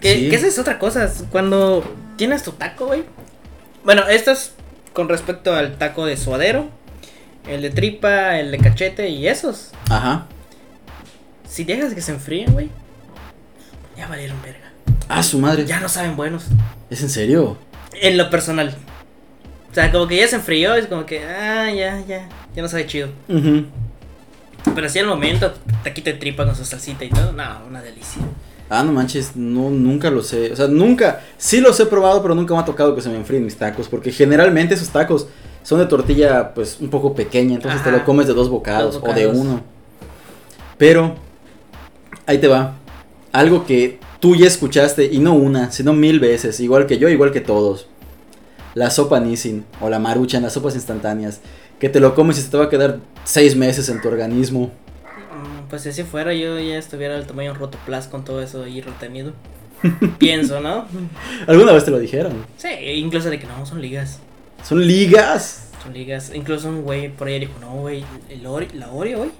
Que, Sí. que esa es otra cosa, es cuando tienes tu taco, güey. Bueno, esto es con respecto al taco de suadero, el de tripa, el de cachete y esos. Ajá. Si dejas que se enfríen, güey, ya valieron verga. Ah, su madre. Ya no saben buenos. ¿Es en serio? En lo personal. O sea, como que ya se enfrió, es como que, ah, ya, ya, ya no sabe chido. Ujú. Pero así al momento, taquito de tripa con su salsita y todo, no, una delicia. Ah, no manches. No, nunca lo sé. O sea, nunca. Sí los he probado, pero nunca me ha tocado que se me enfríen mis tacos. Porque generalmente esos tacos son de tortilla, pues, un poco pequeña. Entonces te Ajá. lo comes de dos bocados, Dos o de bocados. uno. Pero, ahí te va. Algo que Tú ya escuchaste, y no una, sino mil veces, igual que yo, igual que todos. La sopa Nissin o la maruchan, las sopas instantáneas, que te lo comes y se te va a quedar seis meses en tu organismo. Mm, Pues si así fuera, yo ya estuviera al tamaño rotoplas con todo eso y retenido. Pienso, ¿no? Alguna vez te lo dijeron. Sí, e incluso de que no, son ligas. Son ligas. Son ligas. Incluso un güey por ahí dijo, no, güey, el Ori- la Oreo, güey.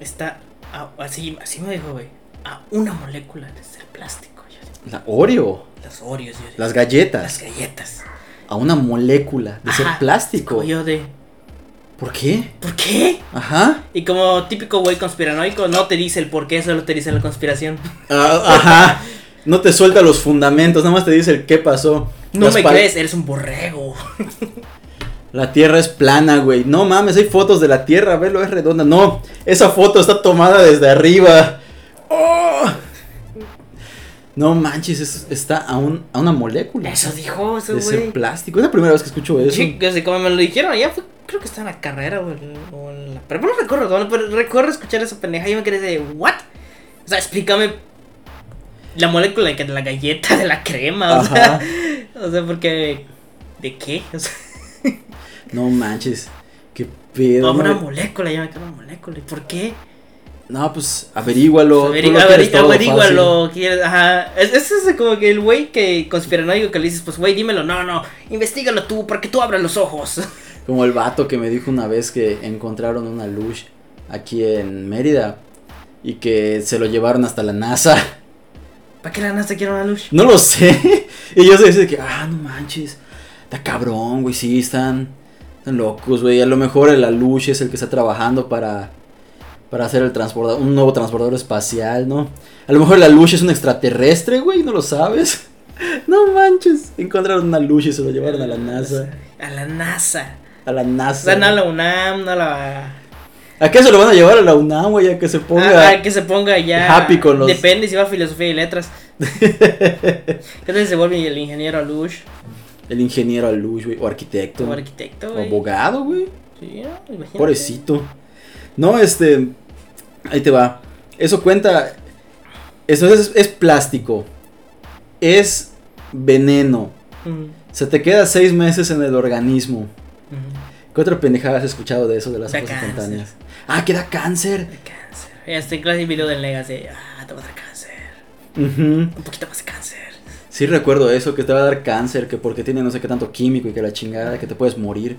Está a- así, así me dijo, güey. A una molécula de ser plástico. Yo así, La Oreo, las Oreos, yo así, las las galletas, galletas. a una molécula de ser Ajá. plástico. Yo de, ¿Por qué? ¿por qué? Ajá. Y como típico güey conspiranoico, no te dice el por qué, solo te dice la conspiración. Ah, ajá. No te suelta los fundamentos, nada más te dice el qué pasó. No Las me pa- crees, eres un borrego. La tierra es plana, güey. No mames, hay fotos de la tierra, velo, es redonda. No, esa foto está tomada desde arriba. ¡Oh! No manches, es- está a, un- a una molécula Eso dijo eso, de ser güey. plástico. Es la primera vez que escucho eso. Sí, que así como me lo dijeron, ya fue, creo que está en la carrera o, en- o en la prepa, no recuerdo, cabrón, pero recuerdo escuchar esa pendeja y me quedé de, ¿what? O sea, explícame la molécula de la galleta, de la crema, o Ajá. sea, o sea, porque, ¿de qué? O sea, No manches, qué pedo. una No, molécula, ya me quedó una molécula, ¿y por qué? No, pues averígualo. Averi- tú lo averi- quieres todo Averígualo, quieres- ajá. Es, es ese como que el güey que conspiranoico que le dices, pues güey, dímelo, no, no, investigalo tú, porque tú abras los ojos. fácil. Como el vato que me dijo una vez que encontraron una luz aquí en Mérida y que se lo llevaron hasta la NASA. ¿Para qué la NASA quiere una luz? No lo sé. Y yo sé de que, ah, no manches. Está cabrón, güey. Sí, están, están locos, güey. A lo mejor el Aluche es el que está trabajando para, para hacer el transbordador, un nuevo transbordador espacial, ¿no? A lo mejor el Aluche es un extraterrestre, güey. No lo sabes. No manches. Encontraron una Aluche y se lo llevaron a la NASA. A la NASA. A la O NASA. sea, no a la UNAM, no a la. ¿A qué se lo van a llevar a la UNAM, güey? A que se ponga. Ah, ah, que se ponga ya. happy con los- Depende si va a filosofía y letras. ¿Qué tal si se vuelve el ingeniero Lush? El ingeniero Aluche, güey. O arquitecto. O O, arquitecto, güey. abogado, güey. Sí, ¿no? Imagínate. Pobrecito. No, este. Ahí te va. Eso cuenta. Eso es, es plástico. Es veneno. Ujú, Se te queda seis meses en el organismo. ujú. ¿Qué otra pendejada has escuchado de eso de las Da cosas cáncer. instantáneas? Ah, que da cáncer. De cáncer. Ya estoy en clase de video del Legas de. Ah, te va a dar cáncer. Ujú. Un poquito más de cáncer. Sí recuerdo eso, que te va a dar cáncer, que porque tiene no sé qué tanto químico y que la chingada, que te puedes morir.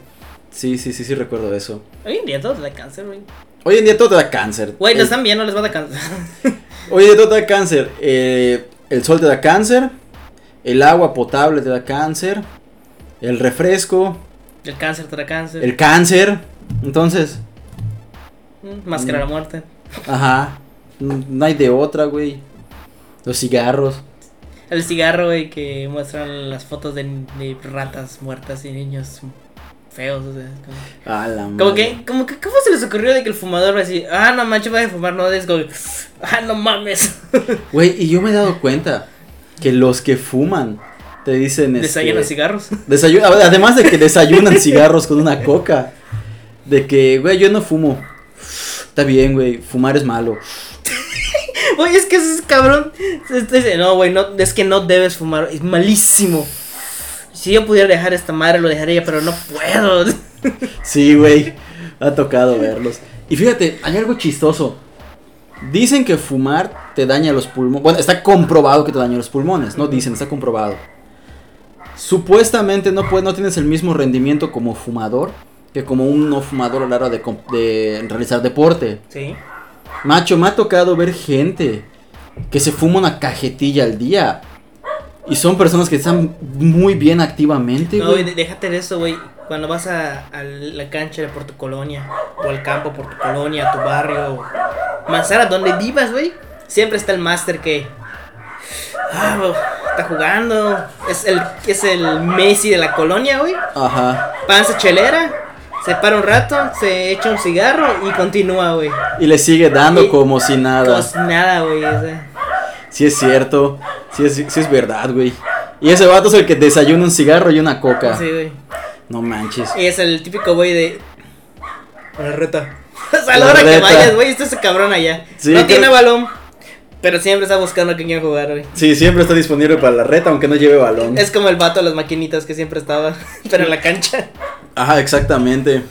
Sí, sí, sí, sí recuerdo eso. Hoy en día todo te da cáncer, güey. Hoy en día todo te da cáncer. Güey, Eh, no están bien, no les va a dar cáncer. Oye, todo te da cáncer. Eh, el sol te da cáncer. El agua potable te da cáncer. El refresco. El cáncer te da cáncer. El cáncer. Entonces, Mm, Máscara de la muerte. ajá. n- No hay de otra, güey. Los cigarros. El cigarro, güey, que muestran las fotos de, de ratas muertas y niños feos, o sea, es como, A la como madre. que, como que, ¿cómo se les ocurrió de que el fumador va a decir, ah, no manches, voy a fumar, no, es como, ah, no mames, Güey, y yo me he dado cuenta que los que fuman te dicen. este, desayunan cigarros. Desayu- a- además de que desayunan cigarros con una coca. De que, güey, yo no fumo. Está bien, güey. Fumar es malo. Güey, es que ese es cabrón, Este dice, no, güey, no, es que no debes fumar, es malísimo. Si yo pudiera dejar esta madre, lo dejaría, pero no puedo. Sí, güey. Ha tocado verlos. Y fíjate, hay algo chistoso. Dicen que fumar te daña los pulmones. Bueno, está comprobado que te daña los pulmones, ¿no? Dicen, está comprobado. Supuestamente no, puedes, no tienes el mismo rendimiento como fumador que como un no fumador a la hora de, com- de realizar deporte. Sí. Macho, me ha tocado ver gente que se fuma una cajetilla al día. Y son personas que están muy bien activamente, No, güey. güey, de- déjate de eso, güey. Cuando vas a, a la cancha de por tu colonia, o al campo por tu colonia, a tu barrio, manzana, donde vivas, güey, siempre está el máster que. Ah, güey, está jugando. Es el, es el Messi de la colonia, güey. Ajá. Panza chelera, se para un rato, se echa un cigarro y continúa, güey. Y le sigue dando Y- como si nada. Como si nada, güey. o sea. Sí es cierto, sí es, sí es verdad, güey. Y ese vato es el que desayuna un cigarro y una coca. Sí, güey. No manches. Y es el típico güey de. Una reta. o sea, a la La hora que reta. vayas, güey, está ese cabrón allá. Sí, no tiene creo- balón. Pero siempre está buscando a quien jugar, güey. Sí, siempre está disponible para la reta, aunque no lleve balón. Es como el vato de las maquinitas que siempre estaba, pero en la cancha. Ajá, exactamente.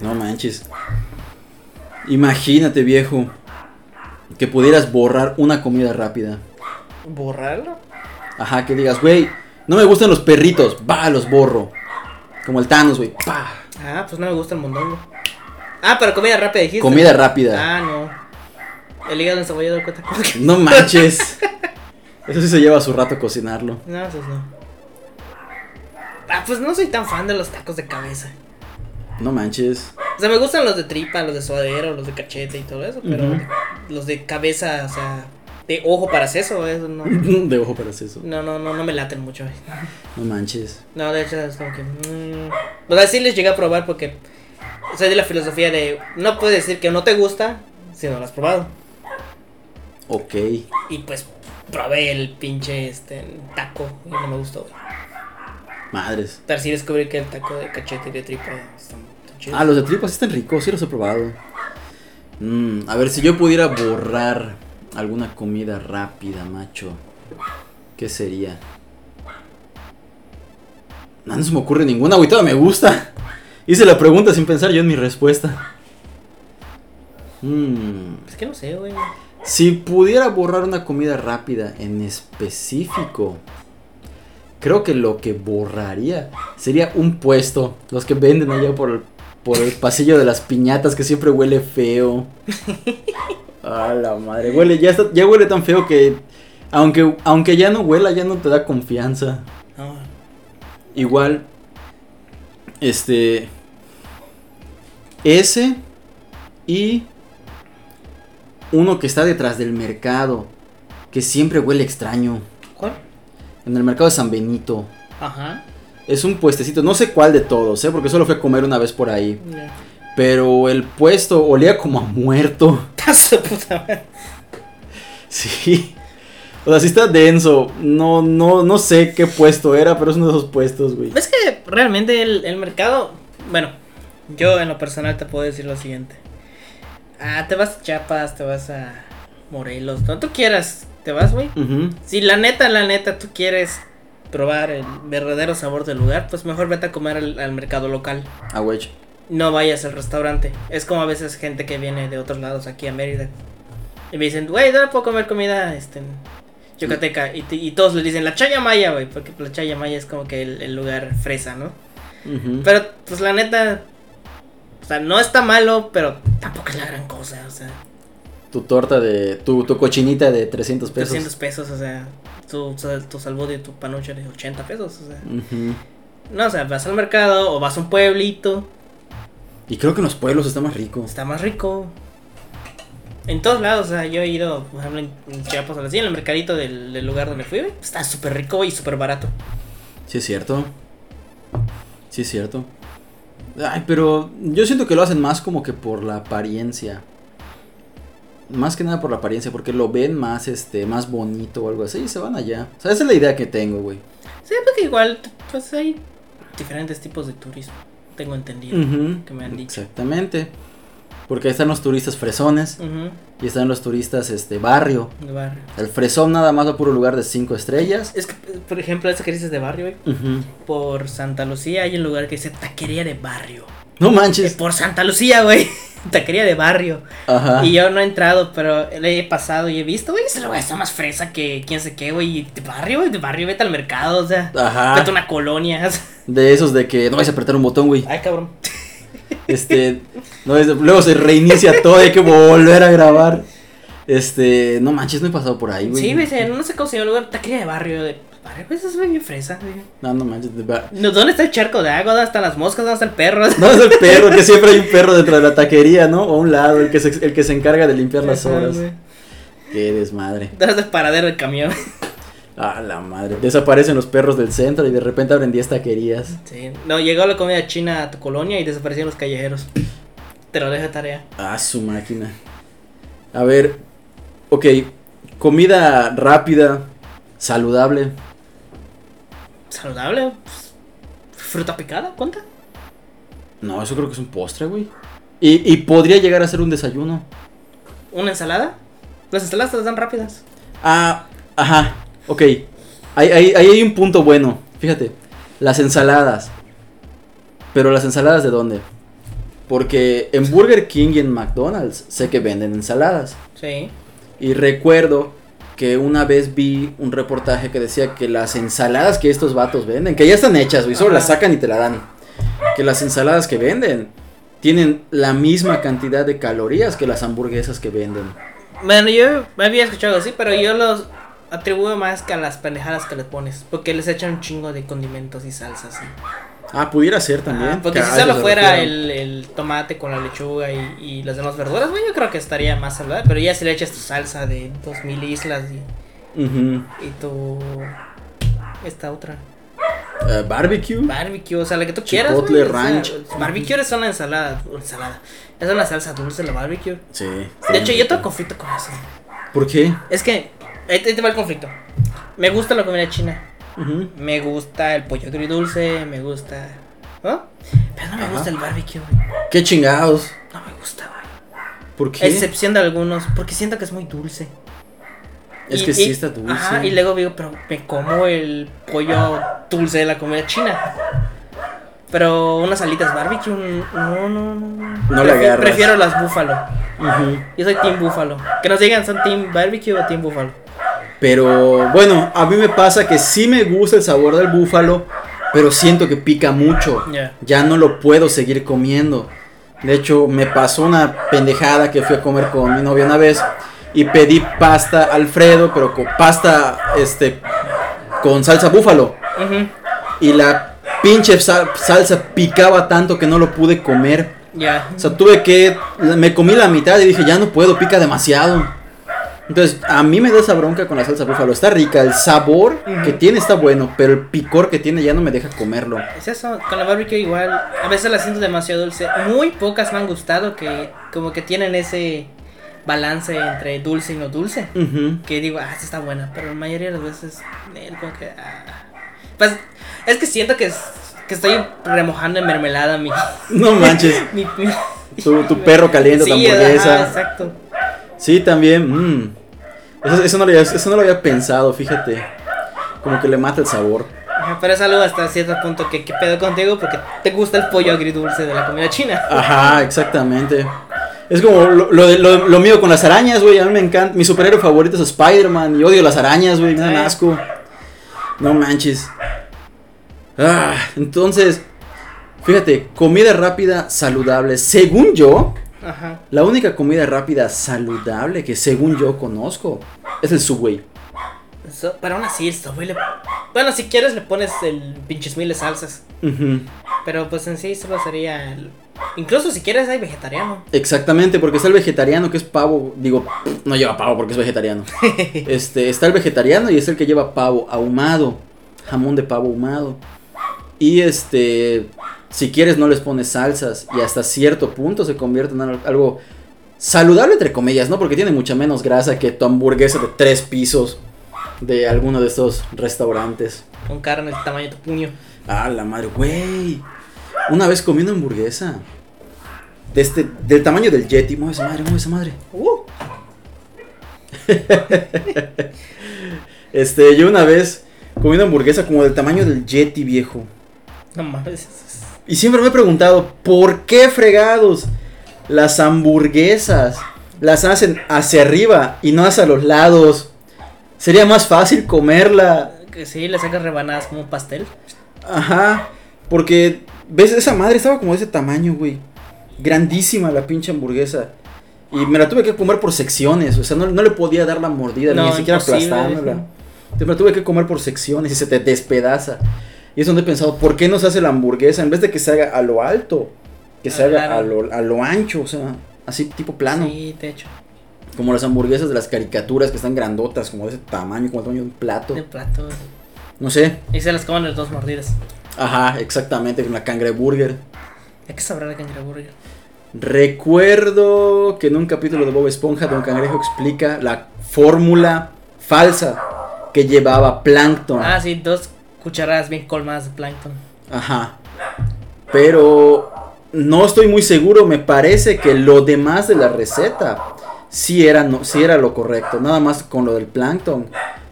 No manches. Imagínate, viejo, que pudieras borrar una comida rápida. ¿Borrarlo? Ajá, que digas, güey, no me gustan los perritos, va, los borro. Como el Thanos, güey, pa. Ah, pues no me gusta el mondongo. Ah, pero comida rápida dijiste. Comida rápida. Ah, no. El hígado encebollado cuenta como que- No manches. Eso sí se lleva su rato cocinarlo. No, esos no. Ah, pues no soy tan fan de los tacos de cabeza. No manches. O sea, me gustan los de tripa, los de suadero, los de cachete y todo eso, pero Ujú. los de cabeza, o sea, de ojo para seso, eso no. De ojo para eso. No, no, no, no me laten mucho. güey. No manches. No, de hecho es como que... mm. O sea, sí les llegué a probar porque soy de la filosofía de... No puedes decir que no te gusta si no lo has probado. Ok. Y pues probé el pinche este, taco y no me gustó. güey. Madres. Pero sí descubrí que el taco de cachete y de tripa están están chidos. Ah, los de tripas sí están ricos, sí los he probado. Mm, a ver, si yo pudiera borrar alguna comida rápida, macho, ¿qué sería? Ah, No, no se me ocurre ninguna, güey, toda me gusta. Hice la pregunta sin pensar yo en mi respuesta. Mm, Es que no sé, güey. si pudiera borrar una comida rápida en específico, creo que lo que borraría sería un puesto. Los que venden allá por el, por el pasillo de las piñatas que siempre huele feo. A la madre, huele, ya, está- ya huele tan feo que aunque, aunque ya no huela, ya no te da confianza. No. Igual, este. Ese y uno que está detrás del mercado, que siempre huele extraño. ¿Cuál? En el mercado de San Benito. Ajá. Es un puestecito, no sé cuál de todos, ¿eh? porque solo fui a comer una vez por ahí. Ya. Pero el puesto olía como a muerto. Tazo, puta madre. Sí. O sea, sí está denso. No, no, no sé qué puesto era, pero es uno de esos puestos, güey. Es que realmente el, el mercado. Bueno, yo en lo personal te puedo decir lo siguiente. Ah, te vas a Chiapas, te vas a Morelos, donde tú quieras, te vas, güey. Ujú. Si la neta, la neta, tú quieres probar el verdadero sabor del lugar, pues mejor vete a comer al, al mercado local. Ah, güey. No vayas al restaurante. Es como a veces gente que viene de otros lados aquí a Mérida. Y me dicen, güey, ¿dónde puedo comer comida este, yucateca? Y, te- y todos le dicen, la chaya maya, güey, porque la chaya maya es como que el- el lugar fresa, ¿no? Ujú. Pero, pues la neta. O sea, no está malo, pero tampoco es la gran cosa. O sea, Tu torta de. Tu, tu cochinita de 300 pesos. 300 pesos, o sea, tu, tu salbud y tu panucha de 80 pesos. O sea, Ujú. no, o sea, vas al mercado o vas a un pueblito, Y creo que en los pueblos está más rico. está más rico. En todos lados, o sea, yo he ido, por ejemplo, en- en Chiapas, o así, en el mercadito del, del lugar donde fui, güey, está súper rico y súper barato. Sí, es cierto. Sí, es cierto. Ay, pero yo siento que lo hacen más como que por la apariencia. Más que nada por la apariencia, porque lo ven más, este, más bonito o algo así y se van allá. O sea, esa es la idea que tengo, güey. Sí, porque igual, pues hay diferentes tipos de turismo, tengo entendido. Ujú. que me han dicho. Exactamente. Porque ahí están los turistas fresones y están los turistas, este, barrio. Ujú, de barrio. El fresón nada más va puro lugar de cinco estrellas. Es que, por ejemplo, eso que dices de barrio, güey, Ujú. Por Santa Lucía hay un lugar que dice taquería de barrio. No Eh, manches. por Santa Lucía, güey. Taquería de barrio. Ajá. Y yo no he entrado, pero le he pasado y he visto, güey, ese lugar está más fresa que quién sé qué, güey. De barrio, güey, de barrio, vete al mercado, o sea. Ajá. Vete a una colonia. o sea. De esos de que no vais a apretar un botón, güey. Ay, cabrón. Este, no, es- luego se reinicia todo, y hay que volver a grabar. Este, no manches, no he pasado por ahí, güey. Sí, güey, se- no sé cómo se llama el lugar. Taquería de barrio. De barrio, güey, eso es bien fresa, güey. No, no manches. de verdad. No, ¿Dónde está el charco de agua? ¿Dónde están las moscas? ¿Dónde está el perro? No es el perro, que siempre hay un perro dentro de la taquería, ¿no? O a un lado, el que se, el que se encarga de limpiar las Ajá, obras. güey. Qué desmadre. ¿Dónde está el paradero del camión? Ah, la madre. Desaparecen los perros del centro y de repente abren 10 taquerías. Sí, no, llegó la comida china a tu colonia y desaparecieron los callejeros. Te lo dejo de tarea. Ah, su máquina. A ver, ok. Comida rápida, saludable. Saludable. pues, fruta picada, ¿cuánta? No, eso creo que es un postre, güey. Y, y podría llegar a ser un desayuno. ¿Una ensalada? Las ensaladas te las dan rápidas. Ah, ajá, ok. Ahí, ahí- ahí hay un punto bueno. Fíjate, las ensaladas. Pero las ensaladas de dónde? Porque en Burger King y en McDonald's sé que venden ensaladas. Sí. Y recuerdo que una vez vi un reportaje que decía que las ensaladas que estos vatos venden, que ya están hechas, güey, solo Ajá. las sacan y te la dan. Que las ensaladas que venden tienen la misma cantidad de calorías que las hamburguesas que venden. Bueno, yo me había escuchado así, pero yo los atribuyo más que a las pendejadas que le pones. Porque les echan un chingo de condimentos y salsas. ¿sí? Ah, pudiera ser también. Ah, porque que a si algo solo se fuera refieren. el, el tomate con la lechuga y, y las demás verduras, bueno, yo creo que estaría más saludable. Pero ya si le echas tu salsa de 2000 islas y, Ujú. y tu. Esta otra. Eh, barbecue. Barbecue, o sea, la que tú quieras. Chipotle güey, o sea, ranch. barbecue es una ensalada. Ensalada. Es una salsa dulce la barbecue. sí. De hecho, yo tengo conflicto con eso. ¿Por qué? Es que, ahí te ahí te va el conflicto. Me gusta la comida china. Ujú. Me gusta el pollo agridulce, me gusta. ¿No? Pero no me Ajá. gusta el barbecue, güey. ¿Qué chingados? No me gusta, güey. ¿Por qué? Excepción de algunos, porque siento que es muy dulce. es Y- que y- sí está dulce. Ajá, y luego digo, pero me como el pollo dulce de la comida china. Pero unas alitas barbecue, un- no, no, no. No le Prefi- agarras. Prefiero las búfalo. Ujú. Yo soy team búfalo. Que nos digan, ¿son team barbecue o team búfalo? Pero bueno, a mí me pasa que sí me gusta el sabor del búfalo, pero siento que pica mucho. Ya. Ya no lo puedo seguir comiendo. De hecho, me pasó una pendejada que fui a comer con mi novia una vez y pedí pasta Alfredo, pero con pasta este con salsa búfalo Ujú, y la pinche sal- salsa picaba tanto que no lo pude comer. Ya. O sea, tuve que. Me comí la mitad y dije, ya no puedo, pica demasiado. Entonces, a mí me da esa bronca con la salsa búfalo. Está rica, el sabor que tiene está bueno, pero el picor que tiene ya no me deja comerlo. Es eso, con la barbecue igual, a veces la siento demasiado dulce. Muy pocas me han gustado que como que tienen ese balance entre dulce y no dulce. Ujú. Que digo, ah, esta está buena, pero la mayoría de las veces, eh, como que... ah. Pues es que siento que, es- que estoy remojando en mermelada mi... No manches. mi, mi- Tu, tu perro caliente, tu Sí, hamburguesa. ajá, exacto. Sí, también. mm. Eso, eso no lo había, eso no lo había pensado, fíjate. Como que le mata el sabor. Ajá, pero es algo hasta cierto punto que qué pedo contigo porque te gusta el pollo agridulce de la comida china. Ajá, exactamente. Es como lo, lo de- lo- lo mío con las arañas, güey. A mí me encanta. Mi superhéroe favorito es Spider-Man. Y odio las arañas, güey. Me dan Ah. asco. No manches. Ah, entonces, fíjate, comida rápida saludable. Según yo, Ajá. la única comida rápida saludable que según yo conozco es el Subway. Eso, pero aún así, esto, güey. le- Bueno, si quieres le pones el pinches mil de salsas. Ujú. Pero pues en sí solo sería... el- Incluso si quieres hay vegetariano. Exactamente, porque está el vegetariano que es pavo. Digo, no lleva pavo porque es vegetariano. Este, está el vegetariano y es el que lleva pavo ahumado, jamón de pavo ahumado. Y este, si quieres no les pones salsas y hasta cierto punto se convierte en al- algo saludable entre comillas, ¿no? Porque tiene mucha menos grasa que tu hamburguesa de tres pisos de alguno de estos restaurantes. Con carne del tamaño de tu puño. Ah, la madre, güey. Una vez comí una hamburguesa de este, del tamaño del Yeti. Mueve esa madre, mueve esa madre. Uh. Este, yo una vez comí una hamburguesa como del tamaño del Yeti viejo. No mames. eso es- Y siempre me he preguntado, ¿por qué fregados las hamburguesas las hacen hacia arriba y no hacia los lados? Sería más fácil comerla. Que sí, le sacas rebanadas como un pastel. Ajá, porque, ¿ves? Esa madre estaba como de ese tamaño, güey. Grandísima la pinche hamburguesa. Y me la tuve que comer por secciones, o sea, no, no le podía dar la mordida, No, ni siquiera imposible, aplastándola. viejo. Entonces me la tuve que comer por secciones y se te despedaza. Y es donde he pensado, ¿por qué no se hace la hamburguesa en vez de que se haga a lo alto? Que se Ah, haga a claro. lo, a lo ancho, o sea, así tipo plano. Sí, de hecho. Como las hamburguesas de las caricaturas que están grandotas, como de ese tamaño, como el tamaño de un plato. De plato. No sé. Y se las comen las dos mordidas. Ajá, exactamente, con la cangreburger. Hay que sabrá la cangreburger. Recuerdo que en un capítulo de Bob Esponja, Don Cangrejo explica la fórmula falsa que llevaba Plankton. Ah, sí, dos cucharadas bien colmadas de plancton. Ajá. Pero no estoy muy seguro, me parece que lo demás de la receta sí era, no, sí era lo correcto. Nada más con lo del plancton.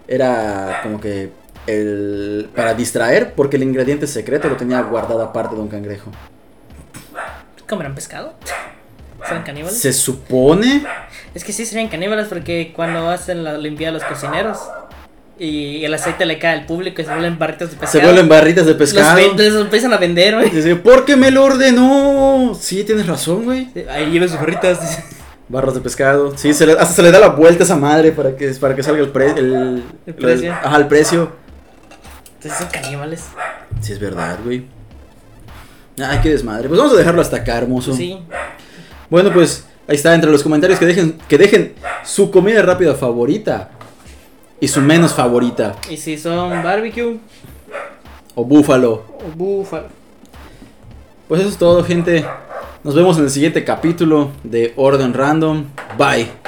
Era como que el, para distraer, porque el ingrediente secreto lo tenía guardado aparte Don Cangrejo. ¿Comerán pescado? ¿Serán caníbales? Se supone. Es que sí serían caníbales porque cuando hacen la limpieza los cocineros y el aceite le cae al público y se vuelven barritas de pescado. Se vuelven barritas de pescado. Los, ven- los empiezan a vender, güey. Dice, ¿por qué me lo ordenó? Sí, tienes razón, güey. Ahí llevan sus barritas. Barras de pescado. Sí, se le- hasta se le da la vuelta a esa madre para que, para que salga el, pre- el, El precio. ajá, el precio. Entonces son caníbales. Sí, es verdad, güey. Ay, qué desmadre. Pues vamos a dejarlo hasta acá, hermoso. Sí. Bueno, pues ahí está, entre los comentarios que dejen, que dejen su comida rápida favorita y su menos favorita. Y si son barbecue O búfalo. o búfalo. Pues eso es todo, gente. Nos vemos en el siguiente capítulo de Orden Random. Bye.